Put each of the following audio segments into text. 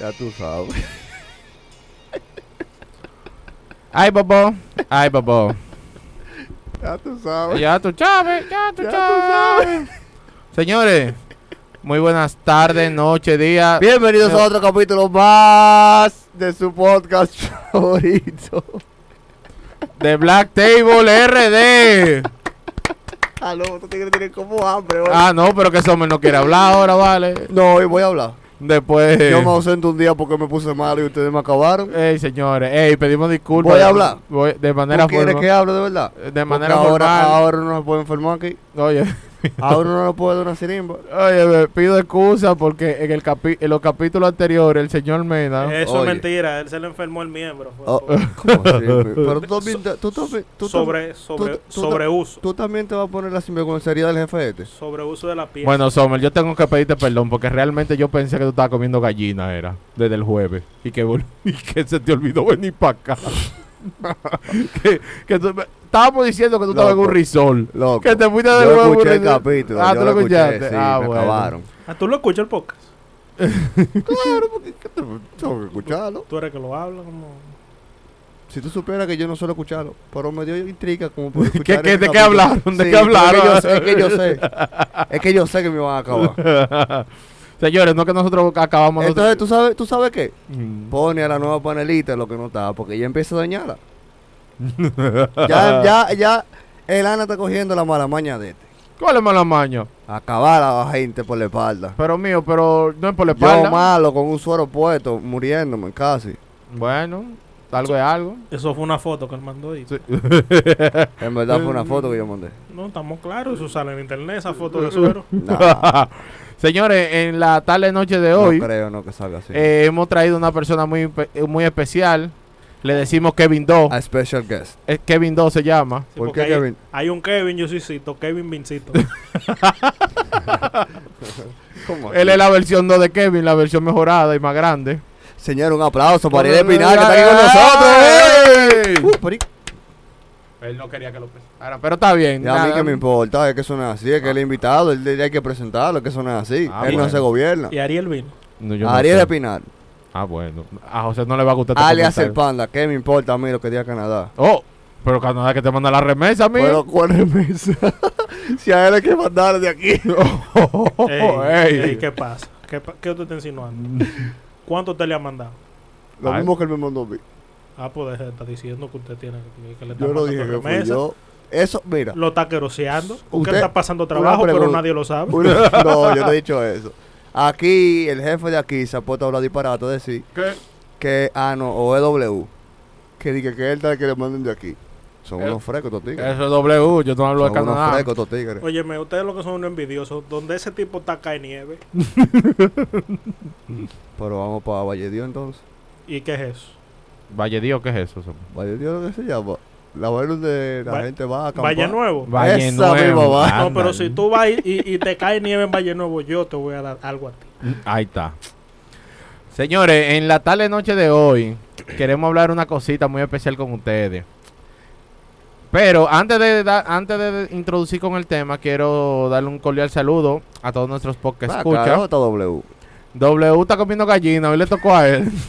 Ya tú sabes. Ay, bobo. Ay, bobo. Ya tú sabes. Ya tú sabes, ya tú Ya tú sabes. Señores, muy buenas tardes, noche, día. Bienvenidos a otro capítulo más de su podcast favorito. De Black Table RD. Aló, estos tigres tienen como hambre, hoy. Ah, no, pero que Sommer no quiere hablar ahora, vale. No, hoy voy a hablar. Después. Yo me ausento un día porque me puse mal y ustedes me acabaron. Ey, señores, ey, pedimos disculpas. Voy a hablar. Voy- Eh, de ¿Tú manera quieres formal. que hable de verdad? De manera Porque formal. ahora, ahora uno no se puede enfermar aquí. Oye, Ahora uno no le puede dar una sirimba. oye, me pido excusa porque en, el capi- en los capítulos anteriores el señor Mena. Eso Oye. es mentira, él se le enfermó el miembro. fue Oh, por- ¿Cómo así? Pero tú también, te- tú también, tú, también- sobre, sobre, tú- tú- sobreuso. tú también te vas a poner la sinvergüencería del jefe este. Sobreuso de la piel. Bueno, Sommer, yo tengo que pedirte perdón porque realmente yo pensé que tú estabas comiendo gallina, era, desde el jueves. Y que, vol- y que se te olvidó venir para acá. que, que tú- estábamos diciendo que tú estabas en un Loco. risol. Loco. Que te fuiste de yo nuevo, escuché el Brenda. capítulo. Ah, yo tú lo escuchaste. Sí, Ah, me bueno. acabaron. Ah, ¿Tú lo escuchas el podcast? Claro, porque ¿qué te- tengo que escucharlo. Tú eres que lo habla como... Si tú supieras que yo no suelo escucharlo, pero me dio intriga como por escuchar ¿Qué- qué- ese de qué capítulo. hablaron? ¿De Sí, qué hablaron? pero Es que yo sé, es que yo sé. Es que yo sé que me van a acabar. Señores, no que nosotros acabamos Entonces, ¿tú sabes, ¿tú sabes qué? Mm. Pone a la nueva panelita lo que no estaba, porque ya empieza a dañarla. Ya, ya, ya, el Ana está cogiendo la mala maña de este. ¿Cuál es mala maña? Acabar a la gente por la espalda. Pero mío, pero no es por la Yo espalda. malo con un suero puesto, muriéndome casi. Bueno, algo es algo. Eso fue una foto que él mandó y... En verdad fue una foto que yo mandé. No, estamos claros, eso sale en internet, esa foto de suero. Nah, Señores, en la tarde noche de hoy no creo no que salga así. eh, hemos traído una persona muy, impe- eh, muy especial. Le decimos Kevin 2. A special guest. Es Kevin 2 se llama. Sí, ¿Por porque qué, hay, Kevin? Hay un Kevin, yo sí cito, Kevin Vincito. ¿Cómo Él es la versión 2 de Kevin, la versión mejorada y más grande. Señor, un aplauso para Irene Pinar que está aquí con nosotros. ¡Ey! Uh, pero y- Uh. él no quería que lo pensara. Ahora, pero está bien. Ya a mí nada. que me importa, es que eso no es así, es que el invitado, él, él hay que presentarlo, es que eso no es así. Ah, él no bueno. se gobierna. Y Ariel vino. No, yo no Ariel sé. Espinar, Ah, bueno. A José no le va a gustar. este alias el comentario. panda, ¿qué me importa a mí lo que diga Canadá? Oh, pero Canadá que te manda la remesa, amigo. Pero cuál remesa. si a él hay que mandar de aquí. Oh, Ey, Ey. ey, ¿qué pasa? ¿Qué, pa- qué tú te insinuando? ¿Cuánto te le ha mandado? Lo Ay. mismo que él me mandó a mí. Ah, pues deja de estar diciendo que usted tiene que, que le está Yo lo mandando dije que fui remesas, yo. Eso, mira. Lo está queroseando. Usted- Usted está pasando una trabajo, pero pregunta. nadie lo sabe. Uno- no, yo no he dicho eso. Aquí, el jefe de aquí se ha puesto a hablar disparate, a decir ¿Qué? que, ah, no, o EW, que diga que él tal que le manden de aquí. Son Eh, unos frescos, estos tigres. Eso es W, yo no hablo de Son unos Canadá. frescos, estos tigres. Óyeme, ustedes lo que son unos envidiosos, donde ese tipo está cae nieve. Pero vamos para Valle Dios entonces. ¿Y qué es eso? Valle Dios, ¿qué es eso? Valle Dios, ¿qué se llama? La vaina donde la Va- gente va a acampar. Valle Nuevo. Valle Esa misma Nuevo, vaina. No, pero ándale. si tú vas y, y- y te cae nieve en Valle Nuevo, yo te voy a dar algo a ti. Ahí está. Señores, en la tarde noche de hoy queremos hablar una cosita muy especial con ustedes. Pero antes de da- antes de introducir con el tema, quiero darle un cordial saludo a todos nuestros que podcasts que escuchan. escucha. Ah, W. W está comiendo gallina, hoy le tocó a él.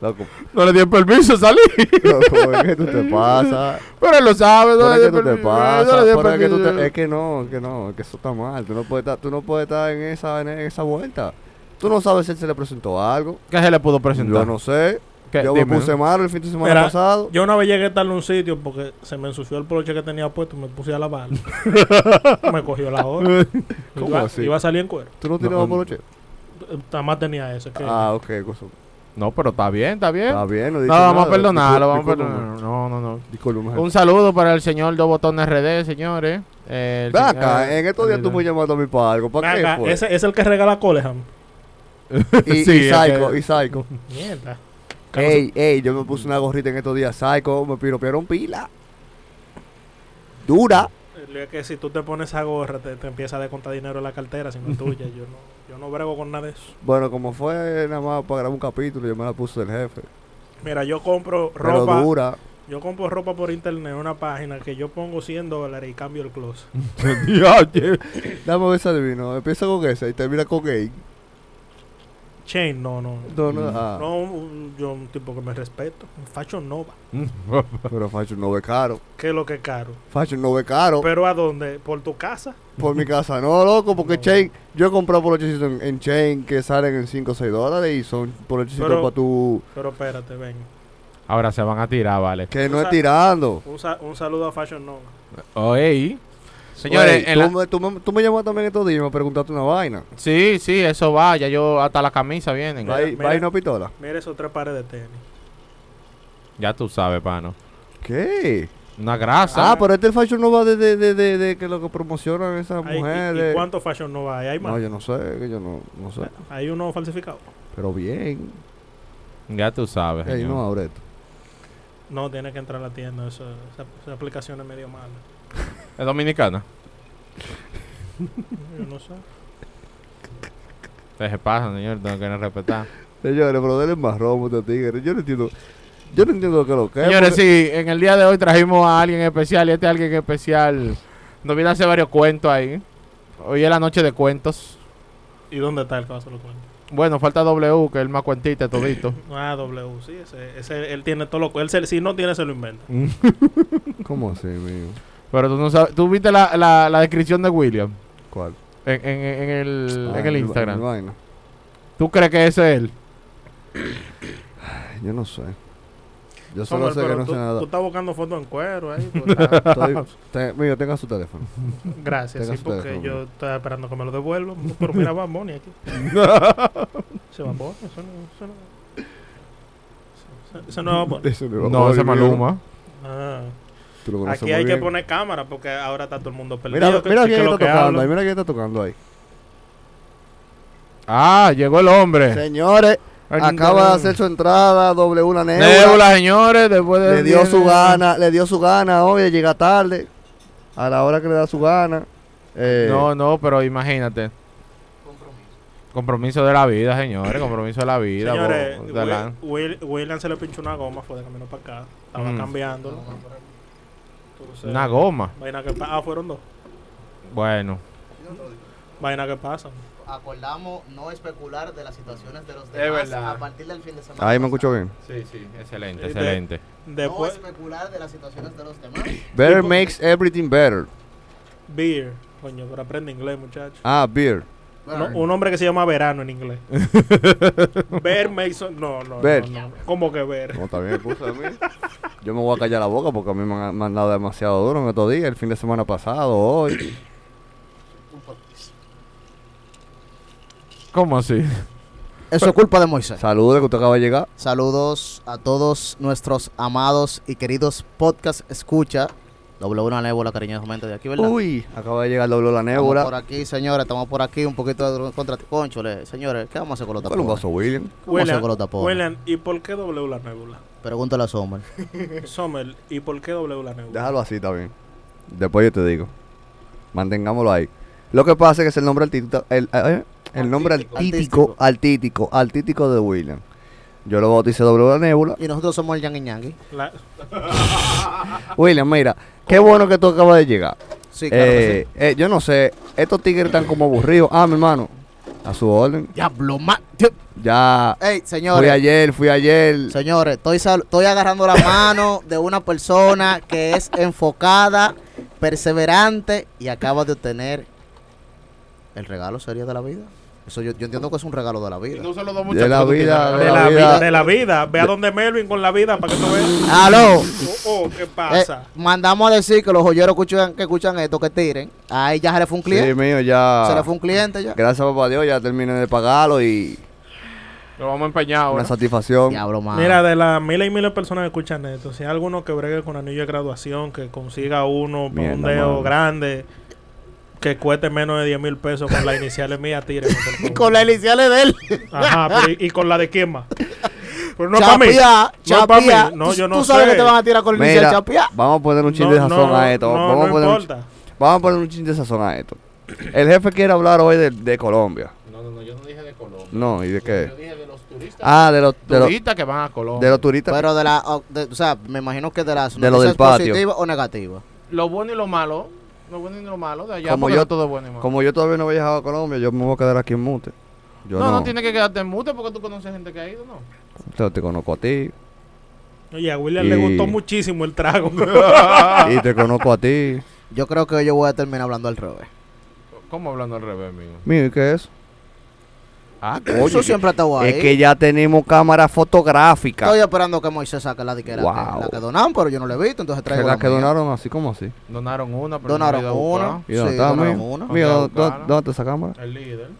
Loco, No le dio permiso salir. loco, es que tú te pasas. Pero él lo sabe, no Pero le es dio que tú te permiso, no pasas. le dio Pero es que tú permiso. te- es que no, es que no, es que eso está mal. Tú no puedes estar, tú no puedes estar en esa, en esa vuelta. Tú no sabes si él se le presentó algo. ¿Qué se le pudo presentar? Yo no sé. ¿Qué? Yo Dime, me puse malo el fin de semana Mira, pasado. Yo una vez llegué tarde a un sitio porque se me ensució el broche que tenía puesto, me puse a lavarlo. me cogió la hora. ¿Cómo iba, así? iba a salir en cuero. ¿Tú no tienes No, no, Nada más tenía eso. que- Ah, ok, cosa. No, pero está bien, está bien. Está bien, no No, dice vamos a nada. perdonarlo, vamos a Discúlpame, perdonarlo. No, no, no. discúlpame, Un saludo para el señor Dos Botones RD, señores. Eh, el Ven señor- acá, en estos días tú el- me llamaste a mí para algo. ¿Para Ven acá, qué fue? ese es el que regala Coleham. Y, Sí, y es que- Psycho, y Psycho. Mierda. Ey, ey, yo me puse una gorrita en estos días, Psycho, me piropearon pila. Dura. Es que si tú te pones esa gorra, te, te empieza a descontar dinero en la cartera, si no es tuya. Yo no, yo no brego con nada de eso. Bueno, como fue nada más para grabar un capítulo, yo me la puse del jefe. Mira, yo compro Pero ropa. dura. Yo compro ropa por internet en una página que yo pongo 100 dólares y cambio el closet. Diache. Dame un beso de vino. Empieza con esa y termina con gay. Chain, no, no. No, no, Mm. ah. No, un- yo un tipo que me respeto. Un Fashion Nova. Pero Fashion no ve caro. ¿Qué es lo que es caro? Fashion no ve caro. ¿Pero a dónde? ¿Por tu casa? Por mi casa, no, loco, porque No. Chain, yo he comprado polochecitos en, en Chain que salen en 5 o 6 dólares y son polochecitos Pero- para tu. Pero espérate, ven. Ahora se van a tirar, vale. que o no es sea- tirando. Un, sa- un saludo a Fashion Nova. Oye. Señores, Güey, en la- tú, me, tú me- tú me llamaste también estos días y me preguntaste una vaina. sí, sí, eso va. Ya yo hasta la camisa vienen. ¿Va a ir- mira. va a ir una pistola? Mira esos tres pares de tenis. Ya tú sabes, pano. ¿Qué? Una grasa. Ah, pero este Fashion Nova de, de, de, de, de que lo que promocionan esas Ay, ¿y- ¿Y, mujeres. cuántos Fashion Nova hay? Hay más. no, yo no sé, que yo no, no sé. Hay uno falsificado. Pero bien. Ya tú sabes. Ey, señor. no, abre esto. No, tiene que entrar a la tienda. Eso, esa, esa aplicación es medio mala. Es dominicana. Yo no sé. Ustedes se pasan, señor. Tengo que respetar. Señores, pero denle más robo de tigre. Yo no entiendo. Yo no entiendo lo que lo que es, Señores, porque- sí, en el día de hoy trajimos a alguien especial y este alguien especial nos viene a hacer varios cuentos ahí. Hoy es la noche de cuentos. ¿Y dónde está el caso? Lo cuento. Bueno, falta W, que es el más cuentista de todito. Ah, W, sí. Ese, ese, él tiene todo lo... Él, se- si no tiene, se lo inventa. ¿Cómo así, mío? Pero tú no sabes, tú viste la, la, la descripción de William ¿Cuál? en, en, en el, Ah, en el mi- mi Instagram. vaina. ¿Tú crees que ese es él? Yo no sé. Yo solo Samuel, sé que pero no tú, sé nada. tú estás buscando fotos en cuero ahí. pues, Estoy- te- mira, tenga su teléfono. Gracias, Tenga sí, su porque teléfono. yo estaba esperando que me lo devuelvan. Pero mira, va Bonnie aquí. Se va Bonnie, eso no. Eso no, eso- eso no es Bad Bunny. Eso le va a No, ese es morir, mío. Maluma. Ah. Tú lo conoces Aquí muy hay que bien. poner cámara porque ahora está todo el mundo perdido. Mira, que- mira que quién lo está que tocando ahí. habla. Mira quién está tocando ahí. Ah, llegó el hombre. Señores, acaba de hacer su entrada. Doble una nebula. Nebula, señores, después de... Le dio su gana. Le dio su gana hoy. Llega tarde. A la hora que le da su gana. Eh, No, no, pero imagínate. Compromiso de la vida, señores. Compromiso de la vida. Señores, bo- Will- de la- Will- William se le pinchó una goma, fue de camino para acá. Estaba Mm. cambiando. Entonces, Una goma. Vaina que pa- Ah, fueron dos. Bueno. Vaina que pasan. Acordamos no especular de las situaciones de los Es demás verdad. a partir del fin de semana. Ahí me escucho pasado. bien. Sí, sí, excelente, Sí, de- excelente. Después, No especular de las situaciones de los demás. Better makes everything better. beer. Coño, pero aprende inglés, muchacho. Ah, beer. No, un hombre que se llama Verano en inglés. ver Mason. No, no, Ver. no, no. ¿Cómo que ver? No, está bien, excusa de mí. Yo me voy a callar la boca porque a mí me han me han dado demasiado duro en estos días, el fin de semana pasado, hoy. Un podcast. ¿Cómo así? Eso es culpa de Moisés. Saludos que usted acaba de llegar. Saludos a todos nuestros amados y queridos podcast escucha. Doble una nébola, cariñosamente, de aquí, ¿verdad? Uy, acaba de llegar el doble la estamos por nébula. aquí, señores, estamos por aquí, un poquito de contra... Conchole, señores, ¿qué vamos a hacer con los Dale un tapones? vaso, William. ¿Cómo se William, coló tapón? William, ¿y por qué W la nebula? Pregúntale a Sommer. Sommer, ¿y por qué W la nebula? Déjalo así también. Después yo te digo. Mantengámoslo ahí. Lo que pasa es que es el nombre artístico, el, eh, el nombre Artístico. artístico, artístico, artístico de William. Yo lo bauticé doble la nébula. Y nosotros somos el Yang Yang. La- William, mira, qué bueno que tú acabas de llegar. Sí, claro que Eh, eh, yo no sé, estos tigres están como aburridos. Ah, mi hermano, a su orden. sí. Diablo, ma... Ya Fui Ey, Eh, señores. ayer, fui ayer. Señores, estoy, sal- estoy agarrando la mano de una persona que es enfocada, perseverante y acaba de obtener el regalo sería de la vida. Eso yo, yo entiendo que es un regalo de la vida. De la vida, de, la vida, de la vida. Ve a donde Melvin con la vida para que tú veas. ¡Aló! Oh, oh, ¿qué Ah. Eh, pasa? mandamos a decir que los joyeros escuchan- que escuchan esto, que tiren. Ahí ya se le fue un Sí, cliente. mío, ya. Se le fue un cliente ya. Gracias, papá Dios, ya terminé de pagarlo y Lo vamos a empeñar una ahora. satisfacción. Diablo, mano. Mira, de las miles y miles de personas que escuchan esto, si hay alguno que bregue con anillo de graduación, que consiga uno para un Mierda, dedo mano. grande, que cueste menos de 10 mil pesos con las iniciales mías, tírenme, por favor. Y con las iniciales de él. Ajá, pero y, y con la de quién más. Pero no para mí. Chapia, No pa' mí. chapia. No, yo no Tú sabes sé. que te van a tirar con la inicial Mira, chapia. vamos a poner un chin de No, sazón no, a esto. no, vamos, a no poner un, importa. vamos a poner un chin de sazón a esto. El jefe quiere hablar hoy de, de Colombia. No, no, no, yo no dije de Colombia. No, ¿y de qué? dije de los Ah, de los de los, Turistas que van a Colombia. de los turistas. Pero de la, o, de- o sea, me imagino que de las De lo del noticias patio. positivas o negativas. lo bueno y lo malo. Lo bueno y lo malo de allá. Como porque yo- no todo es bueno y malo. Como yo todavía no he viajado a Colombia, yo me voy a quedar aquí en Mute. Yo no, no, no, tienes que quedarte en mute porque tú conoces gente que ha ido, ¿no? Yo te conozco a ti. Oye, a William Y- le gustó muchísimo el trago. Ah. y te conozco a ti. Yo creo que yo voy a terminar hablando al revés. ¿Cómo hablando al revés, amigo? Mira, ¿y qué es? Ah, Oye, Eso que- siempre ha estado ahí. Es que ya tenemos cámara fotográfica. Estoy esperando que Moisés saque la de que, la, Wow. que, la que donaron, pero yo no la he visto, entonces Que traigo las que mía. Eh, donaron así como así. donaron una, pero no Donaron he ido a buscar. una. ¿Y Sí, dónde está, donaron mía? una. Mía, Vamos a ¿dó- buscarla. dó- ¿dónde está esa cámara? El líder.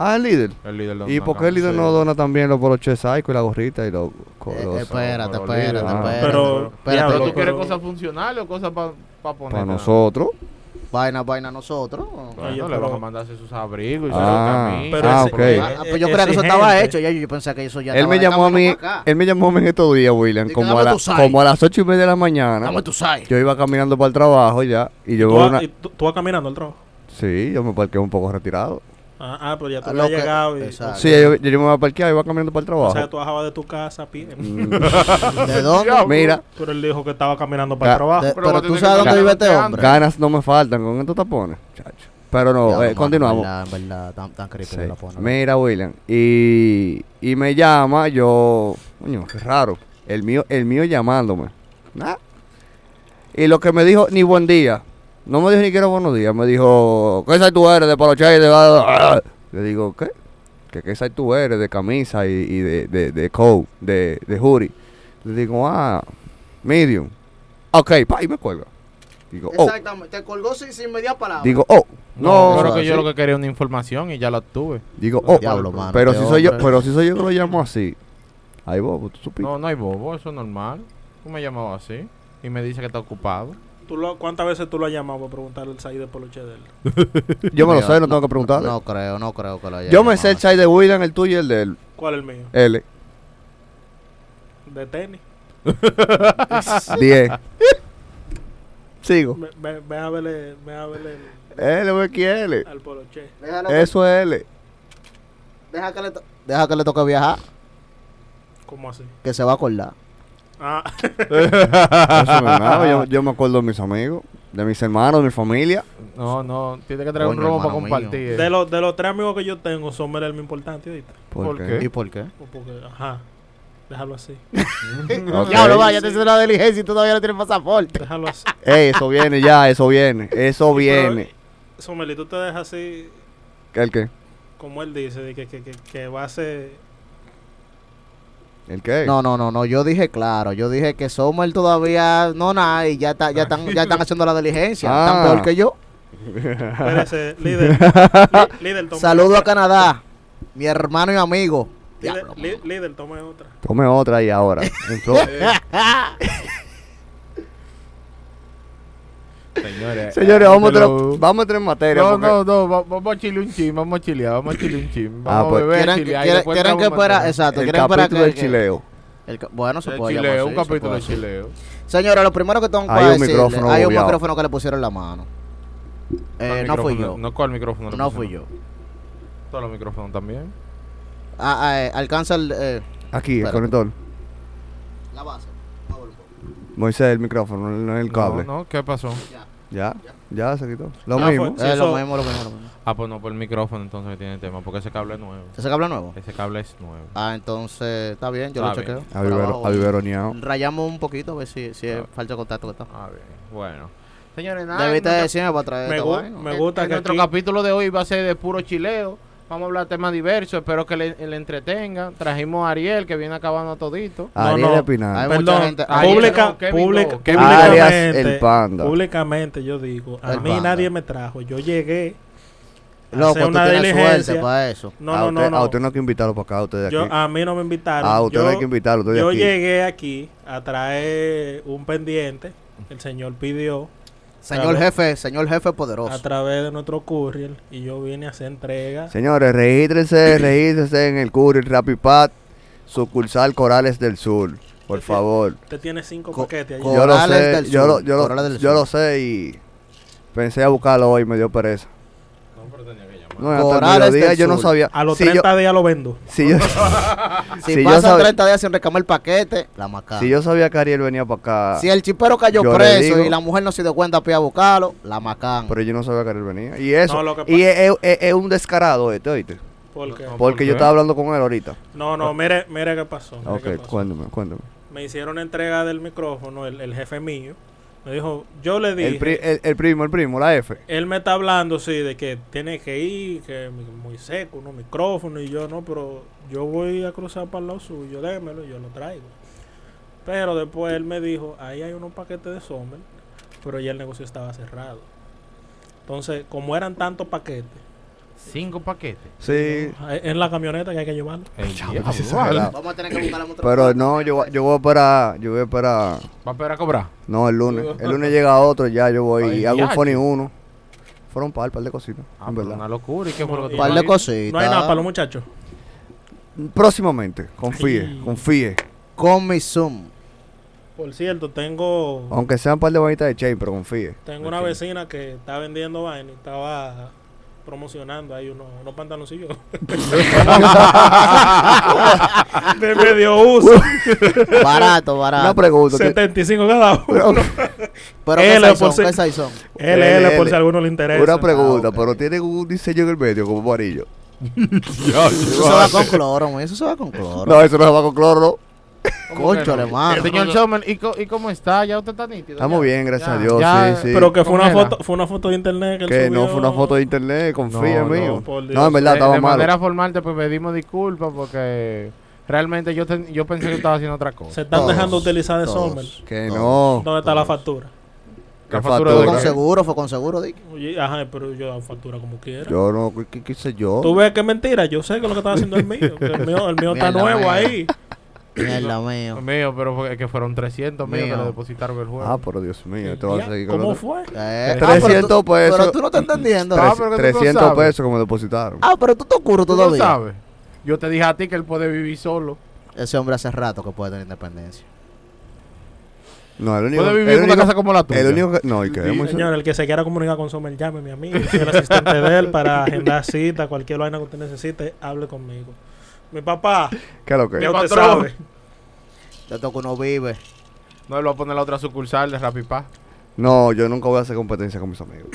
Ah, el líder. El líder dona ¿Y por qué el líder camiseta. no dona también los broches psycho y la gorrita y los... co- Eh, los- espérate, los espérate, líderes, ¿no? espérate. Pero, espérate, Pero tú Pero- quieres cosas funcionales o cosas para poner. para nosotros. Vaina, vaina, nosotros. Bueno, Oye, le pero- vas a mandarse sus abrigos y Ah, sus pero Ah, ese- ok. eh, Ah, pues yo creía que eso exigente. estaba hecho. Ya, yo, yo pensé que eso ya Él estaba me de llamó a camino mí, eh, pa' acá. él me llamó a mí en estos días, William, Dí que como a, dame la- tu psycho. como a las ocho y media de la mañana. Dame tu sai. Yo iba caminando para el trabajo ya y yo Tú, veo vas- una... y tú- tú vas caminando al trabajo. Sí, yo me parqué un poco retirado. Ah, ah, pero ya tú Ah, no has lo que- llegado. Y, exacto. Sí, yo, yo me iba a parquear, iba caminando para el O trabajo. sea, tú bajabas de tu casa a pie. Mm, ¿De dónde? Mira, Pero él dijo que estaba caminando para el Ca- trabajo. De- pero pero vos tú tenés sabes que dónde vive este cambiar. hombre. ganas no me faltan con estos tapones, chacho. Pero no, Diablo, eh, mano, continuamos. En verdad, en verdad, tan, tan creepy Sí. me la pone. Mira, William. Y, y me llama, yo. Coño, qué raro. El mío, el mío llamándome. Nah. Y lo que me dijo, ni buen día. No me dijo ni que era buenos días. Me dijo, ¿qué sai tú eres de palocha y de.? bla- bla- bla?". Le digo, ¿qué? ¿Qué, qué sai tú eres de camisa y, y de, de, de coat, de, de hoodie? Le digo, ah, medium. Ok, pa, y me cuelga. Digo, oh. Exactamente, te colgó sin, sin media palabra. Digo, oh. No, No, creo eso que es yo así. lo que quería una información y ya la tuve. digo, oh. Diablo, mano. Pero este si soy yo, hombre. pero si soy yo que lo llamo así. Ahí vos, tú supiste. No, no hay bobo, eso es normal. Tú me llamabas así y me dice que está ocupado. ¿Tú lo- ¿Cuántas veces tú lo has llamado para preguntarle el side de Poloche de él? Yo me lo Mira, sé, no tengo que preguntarle. No creo, no creo que lo haya yo me sé el llamado. chai de William, el tuyo y el de él. ¿Cuál es el mío? L. ¿De tenis? 10. Sigo. Ve- ve- Ve a verle, ve a verle el- L, güey, que L. al Poloche. Déjalo que- Eso es L. Deja que, le to- deja que le toque viajar, ¿Cómo así? que se va a acordar. Ah, Eso no es nada. Yo, yo me acuerdo de mis amigos, de mis hermanos, de mi familia. No, no, tiene que traer un Coño, robo para hermano mío. compartir. de, los, de los tres amigos que yo tengo, Sommer es el más importante ahorita. ¿Por, ¿Por qué? qué? ¿Y por qué? O Porque, ajá, déjalo así. Ok. vaya, te hice una diligencia y tú todavía no tienes pasaporte. Déjalo así. Ey, eso viene ya, eso viene. Eso viene. Sommer, y tú te dejas así, ¿Qué, ¿El qué? como él dice, de que, que, que, que va a ser... ¿El qué? No, no, no, no, yo dije claro, yo dije que Sommer todavía no nada y ya está, ya están, ya están haciendo la diligencia, Ah. tan peor que yo. Espérese, líder. Li- líder, toma Saludo a otra. Canadá, mi hermano y amigo. Líder, Diablo, li- mano. líder, tome otra. Tome otra ahí ahora. En flor. Señores, Señores, vamos a, pero- tra- vamos a tener materia. No, porque- no, no, va- vamos a chilear un chin, vamos a chilear, vamos a chilear un chin. Ah, Vamos pues, a beber, Quieren, chilear, y quieren- después quieren entramos que en espera, materia. exacto, El quieren esperar capítulo que, del que- chileo. el ca- bueno, se El puede Eh, chileo, llamar un así, se capítulo puede de así. chileo. Señores, lo primero que tengo que Hay un decirles, micrófono hay un bobeado. micrófono que le pusieron en la mano. Eh, ¿Cuál no fui micrófono? yo, No, ¿cuál micrófono? le no pusieron? fui yo. Todos los micrófonos también. Ah, ah, eh, alcanza el, eh, Aquí, el Espérate. conector. la base. eh, Moisés, el micrófono, no el cable. No, no, ¿qué pasó? Ya, ya se quitó. Lo Ah, mismo. Sí, Eh, lo eso- mismo, lo mismo, lo mismo. Ah, pues no, por el micrófono entonces que tiene el tema, porque ese cable es nuevo. ¿Se saca habla nuevo? Ese cable es nuevo. Ah, entonces está bien, yo lo Está bien. chequeo. Por abajo, Avivero- Aviveroneado. Rayamos un poquito a ver si, si es Ah. falta de contacto que está. Ah, bien. Bueno. Señores, nada. Debiste nuestro- decirme para traer Me esta gu- vaina. me gusta en que nuestro aquí- capítulo de hoy va a ser de puro chileo. Vamos a hablar de temas diversos. Espero que le, le entretenga. Trajimos a Ariel, que viene acabando todito. No, Ariel no. Epinar. Hay mucha Perdón, gente- Ariel, pública, no, Kevin pública, Go, Kevin Arias públicamente, el Panda. públicamente yo digo, a El mí Panda. nadie me trajo, yo llegué, a Loco, hacer tú una tienes suerte diligencia. para eso. no, a, no, usted, no, a no, usted no hay que invitarlo para acá, a usted de aquí. yo, ah. a mí no me invitaron, a usted yo, no hay que invitarlo, usted de yo aquí. llegué aquí a traer un pendiente, el señor pidió Señor Claro. jefe, señor jefe a poderoso. través de nuestro courier y yo vine a hacer entrega, Señores, regístrense, regístrense en el Curry Rapipad, sucursal Corales del Sur. Por Yo sí. favor. usted tiene cinco Co- paquetes co- allí. Yo lo Corales sé, del yo Sur, lo, yo lo, Corales del yo Sur. lo sé y pensé a buscarlo hoy, me dio pereza. No, pero tenía que llamar. No, hasta el Coral es mediodía del yo no sur. sabía. A los si 30 yo, días lo vendo. si yo, Si Si yo pasan sabe- 30 días sin reclamar el paquete, la macana. si Si, yo sabía que Ariel venía para acá, el chipero cayó Yo le preso digo- y la mujer no se dio cuenta para ir a buscarlo, la macan. pero yo no sabía que Ariel venía. Y eso, No, lo que y es, es- es- es un descarado este, oíste. Porque, No, ¿por Porque yo qué? estaba hablando con él ahorita. no, no, mire, mire qué pasó. mire Ok, qué pasó. cuéntame, cuéntame. Me hicieron entrega del micrófono, el, el jefe mío. Me dijo, yo le dije, El, pri- el- el primo, el primo, la F. él me está hablando, sí, de que tiene que ir, que mi- muy seco, unos micrófonos. Y yo, no, pero yo voy a cruzar para el lado suyo, démelo, y yo lo traigo. Pero después él me dijo, ahí hay unos paquetes de Sommer, pero ya el negocio estaba cerrado. Entonces, como eran tantos paquetes, Ah, Cinco paquetes. Sí. en la camioneta que hay que llevarlo. El diablo, diablo, vale. vale. Vamos a tener que buscar a otro Pero lugar. no, yo, yo voy a esperar, yo voy a Va esperar. a esperar a cobrar. No, el lunes. El lunes llega otro, ya yo voy Ay, y hago un diache. funny uno. Fueron un par, par de cositas, Ah, en pero verdad. Una locura. ¿Y qué fue lo que Un tú Un par de dijiste? cositas. No hay nada para los muchachos. Próximamente, confíe, Ay. confíe. Con mi Zoom. Por cierto, tengo... Aunque sean un par de vainas de Chain, pero confíe. Tengo una vecina que está vendiendo vaina y estaba promocionando ahí unos, unos pantaloncillos de medio uso, Barato, Una barato. pregunta. ¿tú- 75 cada uno. pero- Pero L qué por son, se- qué size son. LL por si LL. a alguno le interesa. Una pregunta, Ah, ok. pero tiene un diseño en el medio como amarillo. Eso se va con cloro, man, Eso se va con cloro. No, eso no se va con cloro. no. ¿Cómo que Concho, no? hermano. Señor Sommer, ¿y, co- ¿y cómo está? ¿Ya usted está nítido? Estamos ¿Ya? bien, gracias Ya, a Dios. ya, eh, sí, sí. Pero que fue una, Congela. foto, fue una foto de internet que él que no subió. fue una foto de internet, confía No, en mío. no, por Dios. Eh, No, en verdad de, estaba de malo. manera formal te pues, pedimos disculpas porque realmente yo, ten- yo pensé que estaba haciendo otra Se cosa. están Todos, dejando utilizar de todos. Sommer. Que No. no. ¿Dónde está la factura? ¿Qué La factura Fue de con Claro. seguro, fue con seguro, Dick. Oye, ajá, pero yo hago factura como quiera. Yo no, ¿qué- ¿qué, qué sé yo? Tú ves que es mentira. Yo sé que lo que estaba haciendo es mío. que El mío, el mío está Mierda, nuevo mierda. ahí. Mierda mío. Mío, pero fue- que fueron 300 mío que Mío. le depositaron el juego. Ah, pero Dios mío, te vas a seguir con ¿Cómo otro- fue? Eh, ah, pero tú- 300 pesos. Pero tú no estás entendiendo. Tres- Ah, pero que tú no 300 sabes. pesos que me depositaron. Ah, pero tú te oscuro ¿Tú no todavía. sabes? Yo te dije a ti que él puede vivir solo. Ese hombre hace rato que puede tener independencia. No, el único. Puede el vivir en una único- casa como la tuya. El único que. No, y que es muy- Señor, el que se quiera comunicar con Sommer, llame mi amigo. Soy el asistente de él para agendar cita, cualquier vaina que usted necesite, hable conmigo. Mi papá, ¿Qué es lo que? ya es? usted patrón. sabe. Yo toco uno vive. No, él va a poner la otra sucursal de Rapipá. No, yo nunca voy a hacer competencia con mis amigos.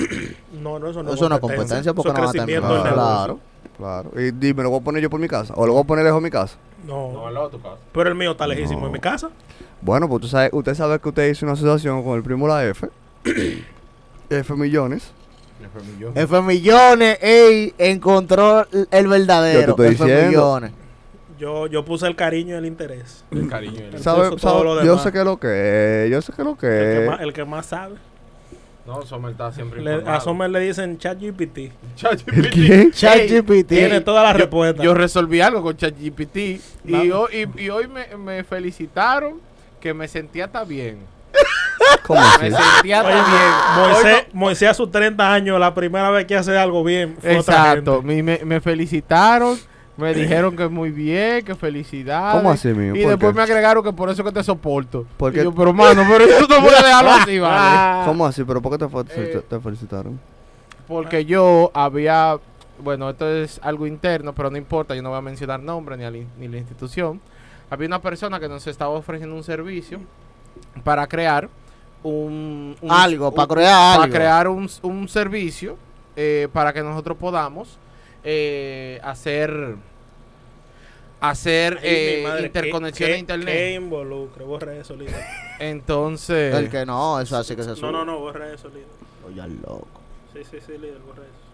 No, no, eso no Eso es una competencia porque Eso no es va a tener. crecimiento del terminar. negocio. Claro. Claro. Y dime, ¿lo voy a poner yo por mi casa? ¿O lo voy a poner lejos de mi casa? No, lado de tu casa. pero el mío está lejísimo No. en mi casa. Bueno, pues tú sabes- usted sabe que usted hizo una asociación con el primo La F. F millones. F millones, ey, encontró el verdadero. Yo te estoy F diciendo. millones. Yo, yo puse el cariño y el interés. El cariño. Él ¿Sabe- puso sabe- todo lo yo demás. sé que lo que es, yo sé que lo El Eh. que que es. más, el que más sabe. No, Sommer está siempre Le- a Sommer le dicen ChatGPT. ¿El quién? ChatGPT. Tiene todas las yo- respuestas. Yo resolví algo con ChatGPT y, Vamos. hoy- y, y hoy me, me felicitaron que me sentía tan bien. ¿Cómo Me así? sentía Oye, tan bien. Moisés, Moisés a sus 30 años, la primera vez que hace algo bien. fue otra Exacto, me, me- me felicitaron, me dijeron que muy bien, que felicidades. ¿Cómo así, mijo? Y ¿Por después qué? me agregaron que por eso que te soporto. ¿Por Y qué? yo, pero mano, pero eso no voy a dejarlo así, ¿vale? Ah. ¿Cómo así? ¿Pero por qué te, fe- Eh. te felicitaron? Porque yo había, bueno, esto es algo interno, pero no importa, yo no voy a mencionar nombre ni, a la in- ni la institución. Había una persona que nos estaba ofreciendo un servicio para crear un... un- Algo, un- para crear para algo. crear un, un servicio eh, para que nosotros podamos eh, hacer hacer Ay, mi eh, madre, ¿qué- interconexión qué- a internet ¿Qué involucra? Borra eso, líder. entonces El que no, eso así que se sube. No, no, no, borra eso, líder. Oye, al loco. Sí, sí, sí, líder, borra eso.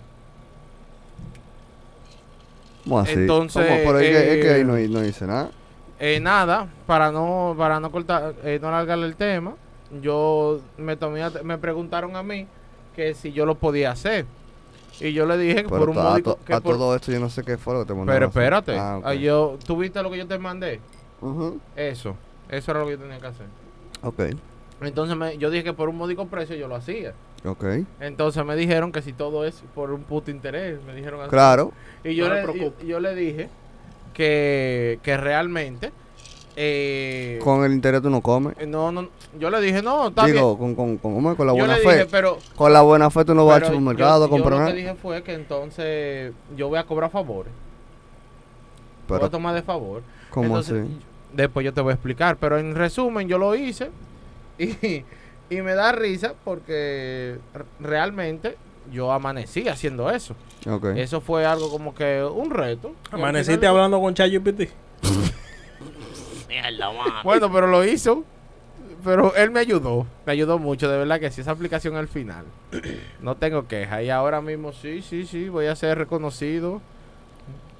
¿Cómo así? Entonces, ¿Cómo? Pero es, que, es que ahí eh, no, hi- no hice nada. eh, nada para no para no cortar eh, no alargar el tema yo me tomé a- me preguntaron a mí que si yo lo podía hacer y yo le dije que Pero por un to- a, módico to- que a por- todo esto yo no sé qué fue lo que te mandaron. pero a hacer. espérate Ah, ok. ah, yo tú viste lo que yo te mandé Ujú, eso eso era lo que yo tenía que hacer Ok, Entonces me- yo dije que por un módico precio yo lo hacía. ok. Entonces me dijeron que si todo es por un puto interés, me dijeron así. Claro. Y yo, No te le, preocupes. y- yo le dije que, que realmente eh, Con el interés tú no comes. eh, no, no, yo le dije, no, está Digo, con, con, con, ¿cómo es? con la bien. Yo buena le fe. dije, pero con la buena fe tú no vas al Pero supermercado a yo, yo comprar lo nada. que dije fue que entonces yo voy a cobrar favores. voy a Pero, tomar de favor. ¿cómo Entonces, así? Después yo te voy a explicar. Pero en resumen, yo lo hice. Y, y me da risa porque r- realmente yo amanecí haciendo eso. Ok. Eso fue algo como que un reto. Y al Amaneciste final- hablando con ChatGPT. Bueno, pero lo hizo. Pero él me ayudó. Me ayudó mucho. De verdad que sí, esa aplicación al final. No tengo queja. Y ahora mismo sí, sí, sí. Voy a ser reconocido.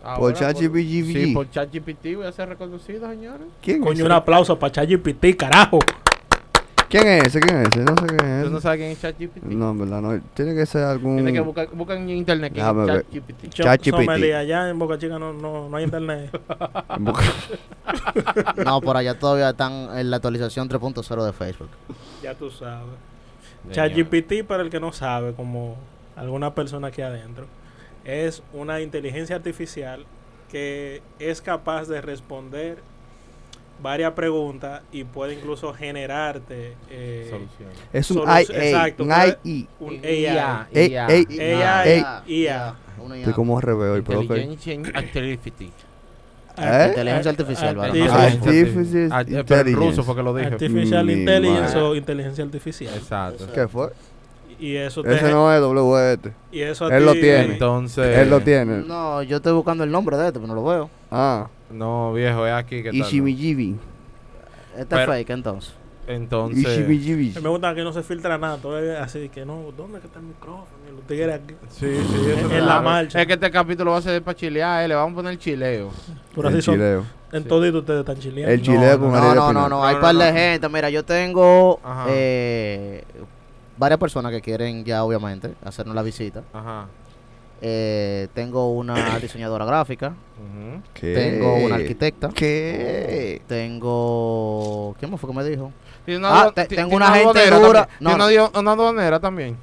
Ahora ChatGPT. Sí, por ChatGPT voy a ser reconocido, señores. ¿Quién, es Coño, un ese? aplauso para ChatGPT, carajo. ¿Quién es ese? ¿Quién es ese? No sé quién es. Tú no ese. sabes quién es ChatGPT. No, en verdad, no. Tiene que ser algún. Tiene que buscar, buscan en internet quién Déjame es ver. ChatGPT. Yo- ChatGPT. sommelier, allá en Boca Chica no, no, no hay internet. No, por allá todavía están en la actualización 3.0 de Facebook. ya tú sabes. Señores. ChatGPT, para el que no sabe, como alguna persona aquí adentro, es una inteligencia artificial que es capaz de responder varias preguntas y puede incluso generarte eh, Solución. es un E. Solu- IA. exacto, un puede- IA. un IA, AI. Ey, IA, ey, IA, Ah, ey. IA. Una IA. Estoy como reveo hoy, pero ok. Inteligencia Artificial. Inteligencia artificial, Ar- vale. artificial- Artificial Artificial Ah, eh, pero en intelligence. ruso fue que lo dije. Artificial Mi Intelligence madre. o inteligencia artificial. Exacto. ¿Qué fue? Y eso te- Ese no es WS. y eso a él ti- lo tiene. Entonces. Él lo tiene. No, yo estoy buscando el nombre de este, pero no lo veo. Ah, No, viejo, es aquí que tal. Ishimijibi. Este es Pero- fake, entonces. Entonces. Ishimijibi. Me gusta que no se filtra nada, todo es así que no, ¿dónde que está el micrófono? Y los tigres aquí. Sí, sí, En- eso en la claro. marcha. Es que este capítulo va a ser para chilear, eh, le vamos a poner chileo. Pero así El son, chileo. en todito ustedes están chileando. El No, chileo con no, No, Ariel no, no, Espinal. no, hay No, par no, de no. gente. Mira, yo tengo Ajá. eh, varias personas que quieren ya, obviamente, hacernos la visita. Ajá. Eh, tengo una diseñadora gráfica, Ujú. ¿Qué? tengo una arquitecta, ¿Qué? tengo... ¿Quién más fue que me dijo? Tiene Ah, ado- te- ti- tengo tiene una gente aduanera dura. también. No, Tiene no. una dio- una aduanera también.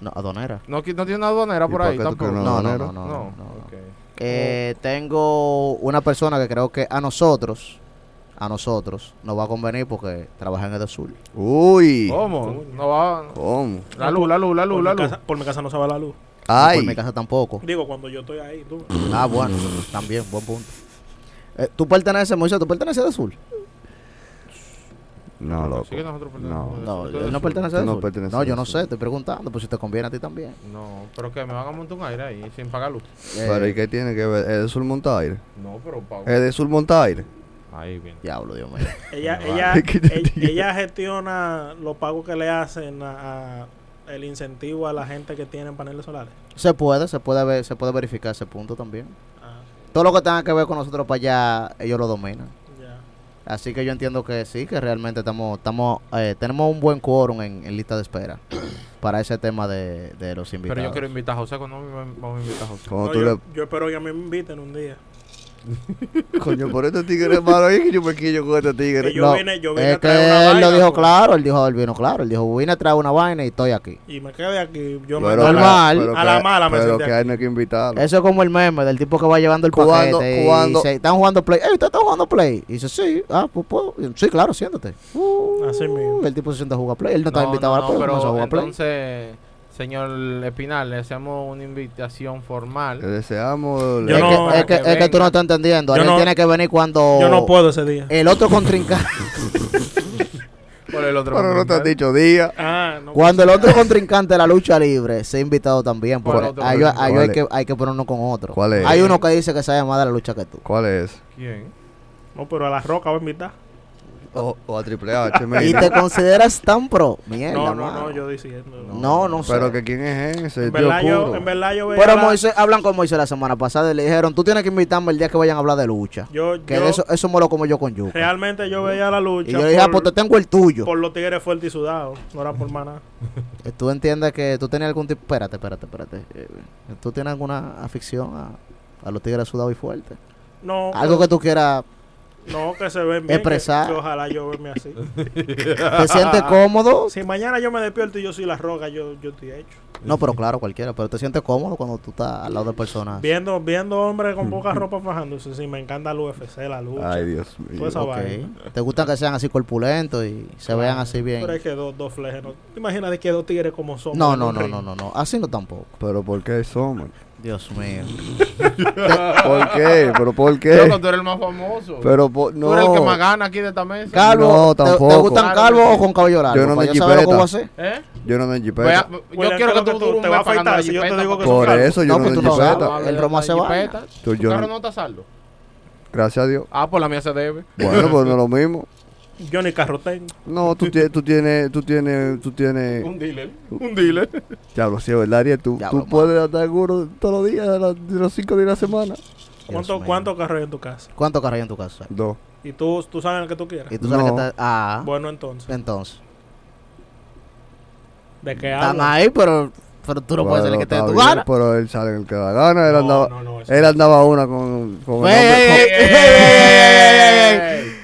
No, Adonera. No, qui- no tiene una aduanera ¿Y por por ahí qué tú tampoco. crees No, no, no, aduanero? no. no, No, no, no. ok. Eh, tengo una persona que creo que a nosotros, a nosotros, nos va a convenir porque trabaja en el sur. Uy. ¿Cómo? No va. ¿Cómo? La luz, la luz, la por, luz, la mi luz. casa, por mi casa no se va la luz. Por Ay. mi casa tampoco. Digo, cuando yo estoy ahí, tú. Ah, bueno, también, buen punto. Eh, ¿Tú perteneces, Moisés? ¿Tú perteneces de sur? No, loco. Sí que nosotros pertenecemos. No. Ah, No, Tú yo eres no sur. pertenece Tú al no sur. perteneces No, yo al no sur. sé, estoy preguntando por si te conviene a ti también. No, pero que me van a montar un aire ahí sin pagar luz. Eh, Pero ¿y qué tiene que ver? ¿Es de Sur Monta Aire? No, pero pago. ¿Es de Sur Monta Aire? Ahí bien. Diablo, Dios mío. Ella, Vale. ella, ¿Qué te ella, digo? ella gestiona los pagos que le hacen a, a- el incentivo a la gente que tiene paneles solares. Se puede, se puede ver, se puede verificar ese punto también. Ah, Todo lo que tenga que ver con nosotros para allá, ellos lo dominan. ya. Así que yo entiendo que sí, que realmente estamos, estamos, eh, tenemos un buen quórum en, en lista de espera para ese tema de, de los invitados. Pero yo quiero invitar a José. Cuando vamos a invitar a José? Cuando No, tú yo, yo espero que a mí me inviten un día. le... Coño, por este tigre, hermano. Oye, que yo me quillo con este tigre. Que yo vine, yo vine es a traer una que él vaina, lo dijo pues, claro, él dijo, él vino claro, él dijo, vine a traer una vaina y estoy aquí. Y me quedé aquí. Yo me Pero que- normal. pero A que- la mala me Pero senté que a él no hay que invitarlo. Eso es como el meme del tipo que va llevando el Cuando- paquete y cuando- dice, están jugando play. Ey, ¿ustedes están jugando play? Y dice, sí, ah, pues puedo. Y, sí, claro, siéntate. Uh, Así mismo. El tipo se sienta a jugar play, él no, está invitado a no, play, pero no se juega play. entonces, señor Espinal, le hacemos una invitación Le Eh, formal. deseamos... Yo es, le- no- que, es, que, que es que tú venga. no estás entendiendo, Yo él no- tiene que venir cuando Yo no puedo ese día. el otro contrincante. Por el otro Pero no te comentario. has ¿eh? dicho día. Ah, no. Cuando el otro contrincante de la lucha libre se ha invitado también, ¿Cuál porque otro a ellos- a ellos hay, contrincante? que, hay que poner uno con otro. ¿Cuál es? Hay uno que dice que sabe más de la lucha que tú. ¿Cuál es? ¿Quién? No, pero a la roca voy a invitar. O, o a Triple H, Y mira. te consideras tan pro. Mierda, No, no, mano. no, yo diciendo. No, no sé. Pero que quién es ese, En tío verdad, yo, oscuro? en verdad yo veía Pero la- Moisés, hablan con Moisés la semana pasada y le dijeron, tú tienes que invitarme el día que vayan a hablar de lucha. yo, que yo- de eso, eso me lo como yo con yuca. realmente yo veía la lucha y yo le dije, ah, pues te tengo el tuyo. Eh, por los tigres fuertes y sudados. No era por más nada. Tú entiendes que tú tenías algún tipo... Espérate, espérate, espérate. Eh, ¿Tú tienes alguna afición a, a los tigres sudados y fuertes? No, Algo que tú quieras No, que se ven bien. Expresar. Que, que ojalá yo verme así. ¿Te sientes cómodo? Si mañana yo me despierto y yo soy la roca, yo, yo estoy hecho. No, pero claro, cualquiera. Pero te sientes cómodo cuando tú estás al lado de personas. Viendo, viendo hombres Mm. con poca ropa fajándose, sí, me encanta el UFC, la lucha. Ay, Dios mío. Toda esa Ok. vaina. ¿Te gusta que sean así corpulentos y se vean así bien? Pero es que dos, dos flejes, ¿no? ¿Te imaginas de que dos tigres como son? No, no, no, no, no, no. Así no tampoco. Pero ¿por qué eso, man? Dios mío. ¿Por qué? ¿Pero por Loco, qué? tú eres el más famoso. Pero por, no. Tú eres el que más gana aquí de esta mesa. Calvo, No, ¿te- ¿te, tampoco. gustan calvos o con cabello largo? Yo no Para me saber lo que jipeta. voy a hacer. ¿Eh? Yo no doy Voy a- jipeta. yo Huele quiero a que que tú, tú- dure un te va a mes pagando afeitar, la si yo te jipeta, digo que porque- Por calvo. eso yo no, pues No, doy que tú no jipeta. sabes. Vale, El romo la se va. jipeta. Tú, ¿Tu yo carro no- no está saldo? Gracias a Dios. Ah, pues la mía se debe. Bueno, pues no es lo mismo. Yo ni carro tengo. No, tú, tie- tú tienes, tú tienes, tú tienes. Un dealer. Un dealer. Diablo, sí, ¿verdad, Ariel? Tú, Diablo, tú mano. puedes andar duro todos los días, de la- de los cinco días de la semana. Dios ¿Cuánto, mío. cuánto carro hay en tu casa? ¿Cuánto carro hay en tu casa? Dos. Y tú, tú sabes el que tú quieras. Y tú sabes No. que está... Ah, Bueno, entonces. entonces. ¿De qué Están hablas? ahí, pero, pero tú no puedes ser el Bueno, que te dé está tu bien, pues. gana. Pero él sale en el que da gana. Él No, andaba, no, Eh, no, eso él no. andaba una con, con el Ey, hombre- ey, ey, ey, ey, ey, ey, ey.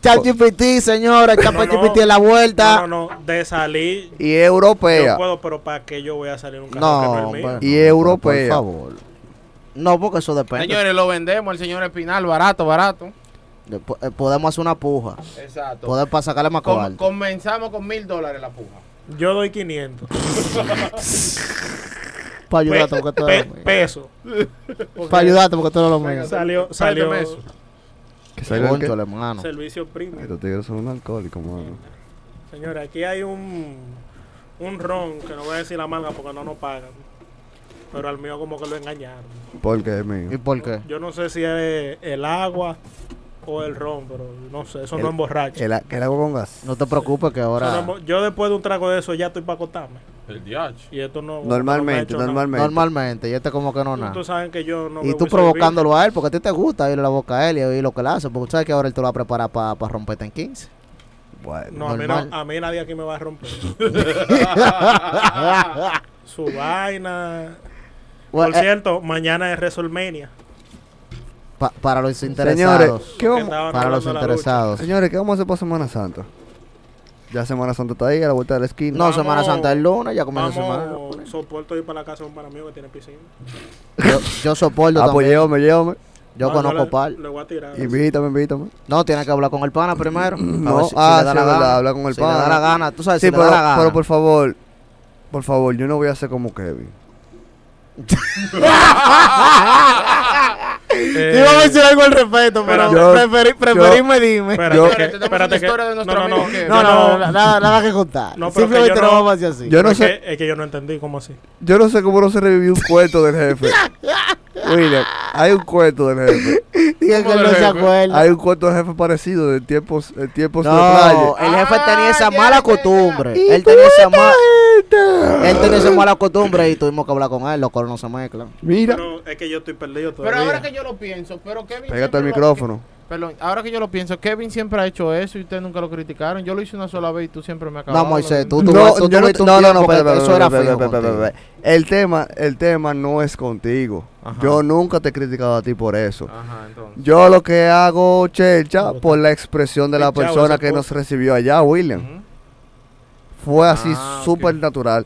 ChatGPT, señora, ChatGPT en la vuelta. No, no, no. De salir, Y yo europea. puedo, pero ¿para qué yo voy a salir en un carro que No, no es mío? bueno, Y pero europea. Por favor. No, porque eso depende. Pues, Señores, lo vendemos el señor Espinal, barato, barato. De- po- eh, podemos hacer una puja. Exacto. Poder para sacarle más Com- cobalto. comenzamos con mil dólares la puja. Yo doy 500. Para ayudarte, Pe- porque todo pe- es lo mío. peso. Para ayudarte, porque todo es lo mío. Salió, salió. Préstame eso. Que sale el que- Conchole, hermano. Servicio Ay, premium. Estos tigres son un alcohólico, mano. Señores, aquí hay un, un ron que no voy a decir la manga porque no nos pagan. Pero al mío como que lo engañaron. Porque es mío. ¿Y por qué? Yo no sé si es el agua o el ron, pero no sé, eso El- no es borracho. El, a- que el agua con gas. No te preocupes que ahora... yo después de un trago de eso ya estoy para acotarme. El DH. Y esto no... Normalmente, no me ha hecho nada. normalmente. Normalmente, y este como que no Tú nada. saben que yo no... Y bebo tú cerveza. provocándolo a él, porque a ti te gusta oírle la boca a él y oír lo que le hace, porque tú sabes que ahora él te lo va a preparar para romperte en 15. Bueno. No, a mí, normal. no- a mí nadie aquí me va a romper. Su vaina. Por Bueno, eh, cierto, mañana es WrestleMania. pa- para los interesados. Señores, ¿qué que vamos, estaban para hablando de la los lucha. interesados. señores, ¿qué vamos a hacer para Semana Santa? Ya Semana Santa está ahí, a la vuelta de la esquina. Ah, No, Vamos- Semana Santa es lunes, ya comienza Semana. Vamos, soporto ir para la casa de un pana mío que tiene piscina. Yo, yo soporto Ah, pues también. llévame, llévame. Yo No, conozco le- par. Le voy a tirar. Invítame, invítame. No, tiene que hablar con el pana primero. No, a ver si- si ah, le da sí, la es verdad, gana. habla con el Si pana. le da la gana, tú sabes, Sí, si pero, le da la gana. pero por favor, por favor, yo no voy a ser como Kevin. Eh, Te iba a mencionar algo al respecto, pero Yo- preferí, preferí me dime. Espérate, Yo- que- Espérate, tenemos espérate una que- historia de nuestro no, no, amigo no, que- yo No, no, no, nada, nada que contar. No, pero que Simplemente yo no no- vamos a hacer así. Yo no es sé, que- es que yo no entendí cómo así. yo no sé cómo no se revivió un cuento del jefe. Mira, hay un cuento del jefe. Dije que ¿Cómo él del no se jefe? acuerda. Hay un cuento del jefe parecido de tiempos, de tiempos de No, playa. el jefe tenía esa Ah, ya, mala ya, ya. costumbre. ¿Y Él tenía esa mala. Gente. Él tenía esa mala costumbre y tuvimos que hablar con él, los coros no se mezclan. Mira, No, es que yo estoy perdido Pero todavía. ahora que yo lo pienso, pero Kevin. pégate siempre al lo- micrófono. Perdón, ahora que yo lo pienso, Kevin siempre ha hecho eso y ustedes nunca lo criticaron. Yo lo hice una sola vez y tú siempre me acabas. No, Moisés, tú, No, tú, tú yo no, tuviste un no, no, no, tiempo que espera, espera, eso era espera, fijo espera, espera, contigo. espera, espera. El tema, el tema no es contigo. Ajá. Yo nunca te he criticado a ti por eso. Ah. Ajá, entonces. Yo lo que hago, Chelcha, Puta. por la expresión de la Chao, esa persona que cosa. nos recibió allá, William. Ujú. Fue así Ah, ok. súper natural.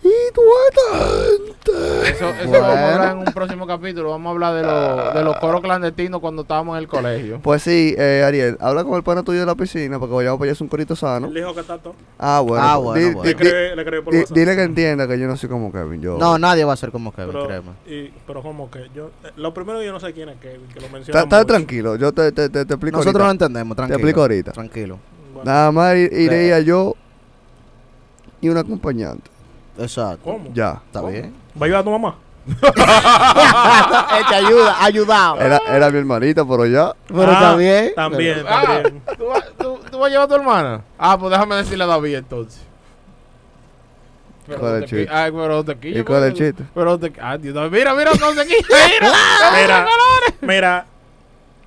Y tú estás- Eso, eso Bueno. vamos a hablar en un próximo capítulo. Vamos a hablar de, lo- de los coros clandestinos cuando estábamos en el colegio. Pues sí, eh, Ariel, habla con el pana tuyo de la piscina para que vayamos para allá, es un corito sano. Él dijo que está todo. Ah, bueno. Ah, pues, bueno, di- bueno. di- Le creo, le creo por di- WhatsApp. dile que entienda que yo no soy como Kevin. Yo, No, nadie va a ser como Kevin, pero, créeme. y- pero como que yo... eh, Lo primero que yo no sé quién es Kevin, que lo menciona Está- está mucho. tranquilo, yo te, te, te- te explico Nosotros no ahorita. entendemos, tranquilo. explico ahorita. Tranquilo. Bueno, Nada más i- iría yo y un acompañante. Exacto. ¿Cómo? Ya. Está bien. ¿Va a ayudar a tu mamá? Él te ayuda, ayudado. Era, era mi hermanita, pero ya. Pero Ah, está bien. También, Ah, también. ¿tú, vas- tú- tú vas a llevar a tu hermana? Ah, pues déjame decirle a David entonces. ¿Cuál es el te qui- chiste? Ay, pero te quillo. ¿Y cuál es el chiste? Pero te ah, Dios, no, mira, mira, conseguí. Mira, Mira, mira,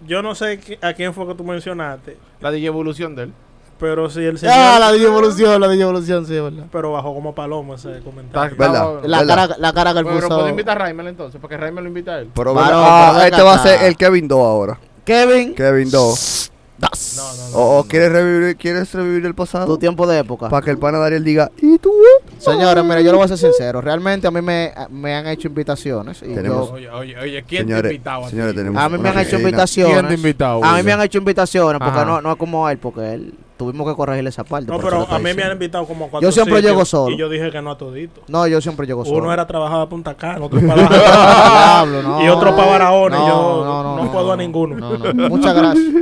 yo no sé qui- a quién fue que tú mencionaste, la digievolución de él. pero si el señor... Ah, la evolución, la evolución, sí, verdad. Pero bajó como paloma ese Está- comentario. está ¿Verdad? bueno. La ¿Verdad? cara, la cara que él Pero puso. puedo invitar a Raimel entonces, para que Raimel lo invite a él. Pero Varón, venga- ah, pero venga este va a acá. ser el Kevin 2 ahora. Kevin, Kevin 2. das. No, no, no. O, o quieres revivir, quieres revivir el tu pasado. tiempo de época. Para que el pana Dariel diga, ¿y tú? Señores, mira, yo lo voy a ser sincero. Realmente a mí me, me han hecho invitaciones. y Tenemos- yo- Oye, oye, oye, ¿quién te ha Señores, invitado a ti? señores, tenemos a mí me una han hecho oficina. ¿Quién te ha invitaciones. invitado? A mí me Wilson? han hecho invitaciones porque Ajá. no, no es como él, porque él tuvimos que corregir esa parte. No, por eso pero lo a mí estoy me han diciendo. invitado como a cuatro Yo siempre sitios llego solo. Y yo dije que no a todito. No, yo siempre llego solo. Uno era trabajar a Punta Cana, otro para Diablo, no. y otro para Barahona. No, y yo no, no, no, no, puedo a no. ninguno. No, no. Muchas gracias.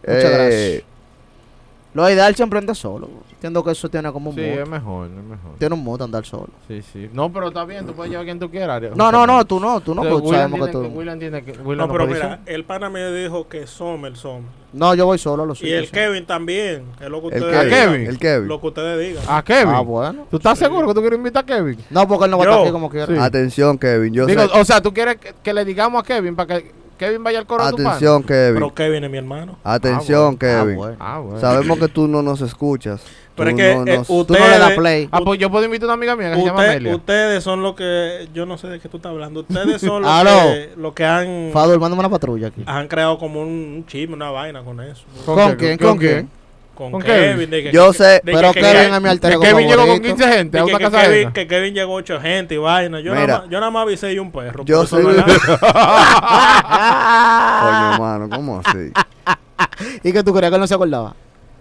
Muchas eh, gracias. Lo ideal siempre andar solo. Entiendo que eso tiene como un Sí, mood. es mejor, es mejor. Tiene un mood andar solo. Sí, sí. No, pero está bien, tú puedes llevar a quien tú quieras. No, no, no, tú no, tú no, Entonces, porque William sabemos que tiene- tú. William tiene que. No, William pero puede mira, ir el pana me dijo que Sommer, Sommer. No, yo voy solo, lo siento. y el sí. Kevin también. Que es lo que El ustedes Kevin. ¿A digan, Kevin? El Kevin. Lo que ustedes digan. solo. ¿A Kevin? Ah, bueno. ¿Tú estás seguro que tú quieres invitar a Kevin? No, porque él no va a Yo. estar aquí como quiera. Sí. Atención, Kevin. Yo Digo, sé- o sea, ¿tú quieres que, que le digamos a Kevin para que Kevin vaya al coro de tu pan? Atención, Kevin. Pero Kevin es mi hermano. Atención, Ah, Kevin. bueno. Ah, bueno. Sabemos que tú no nos escuchas. Pero Tú es que no eh, nos- Tú no le das ustedes- play. Ah, pues yo puedo invitar a una amiga mía que se llama Usted- Amelia. ustedes son los que. Yo no sé de qué tú estás hablando. Ustedes son los, Aló. que, los que han, Fadul, mándame una patrulla aquí. han creado como un, un chisme, una vaina con eso. ¿Con quién? ¿Con quién? Con, ¿Con Kevin. Kevin? de que- Yo sé, de Pero que- Kevin es mi alter Que ego Kevin llegó con favorito. 15 gente a de que, una que casa Kevin, ajena. que Kevin llegó ocho gente y vaina. Yo, Mira. nada, más, yo nada más avisé y un perro. Yo por eso soy- no es nada. Coño, mano, ¿cómo así? Ah. Y que tú creías que él no se acordaba.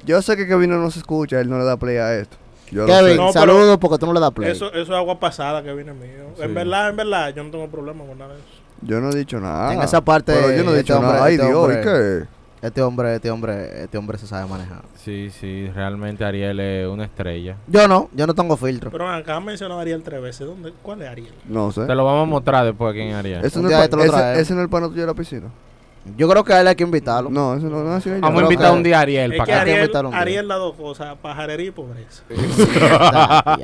Yo sé que Kevin no nos escucha, él no le da play a esto. Yo lo Kevin, sé. No, pero- saludos porque tú no le das play. eso, eso es agua pasada, Kevin es mío. Sí. En verdad, en verdad, yo no tengo problema con nada de eso. Yo no he dicho nada. En esa parte, Pero yo no he este dicho hombre- nada. Ay, este Dios, hombre- ¿y qué? Este hombre, este hombre, este hombre se sabe manejar. Sí, sí, realmente Ariel es una estrella. Yo no, yo no tengo filtro. Pero acá mencionado a Ariel tres veces. ¿Dónde, ¿Cuál es Ariel? No sé. Te lo vamos a mostrar después aquí en Ariel. Ese Un no, día ¿Eh? es te pa- lo ese, traemos. ese no es el pano tuyo de la piscina. Yo creo que a él hay que invitarlo. No, ese no, no es así. Vamos Vamos a creo invitar que- eh. un día a Ariel es que para acá. Ari- Ariel, Invítalo un día. Ariel las dos cosas, pajarería y pobreza. Ya, ya.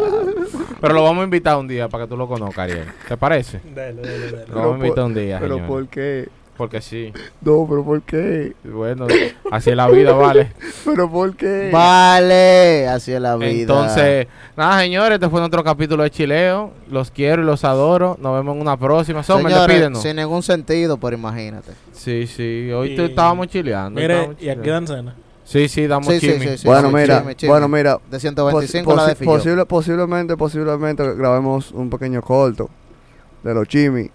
Pero lo vamos a invitar un día para que tú lo conozcas, Ariel. ¿Te parece? Dale, dale, dale. Lo vamos a por- invitar un día, Pero señor. ¿por qué? Porque sí. No, pero ¿por qué? Bueno, así es la vida, vale. Pero ¿por qué? Vale, así es la vida. Entonces, nada, señores, este fue nuestro capítulo de Chileo. Los quiero y los adoro. Nos vemos en una próxima. Sommer, Señores, despídenos. sin ningún sentido, pero imagínate. Sí, sí. Hoy Y- te estábamos chileando. Mire, estábamos y aquí chileando. dan cena. Sí, sí, damos Sí, sí, chimi. sí, sí. bueno, mira, chisme, chisme. bueno, mira. De Pos- 125 la posi- de Filló. posible- posiblemente, posiblemente grabemos un pequeño corto de los chimis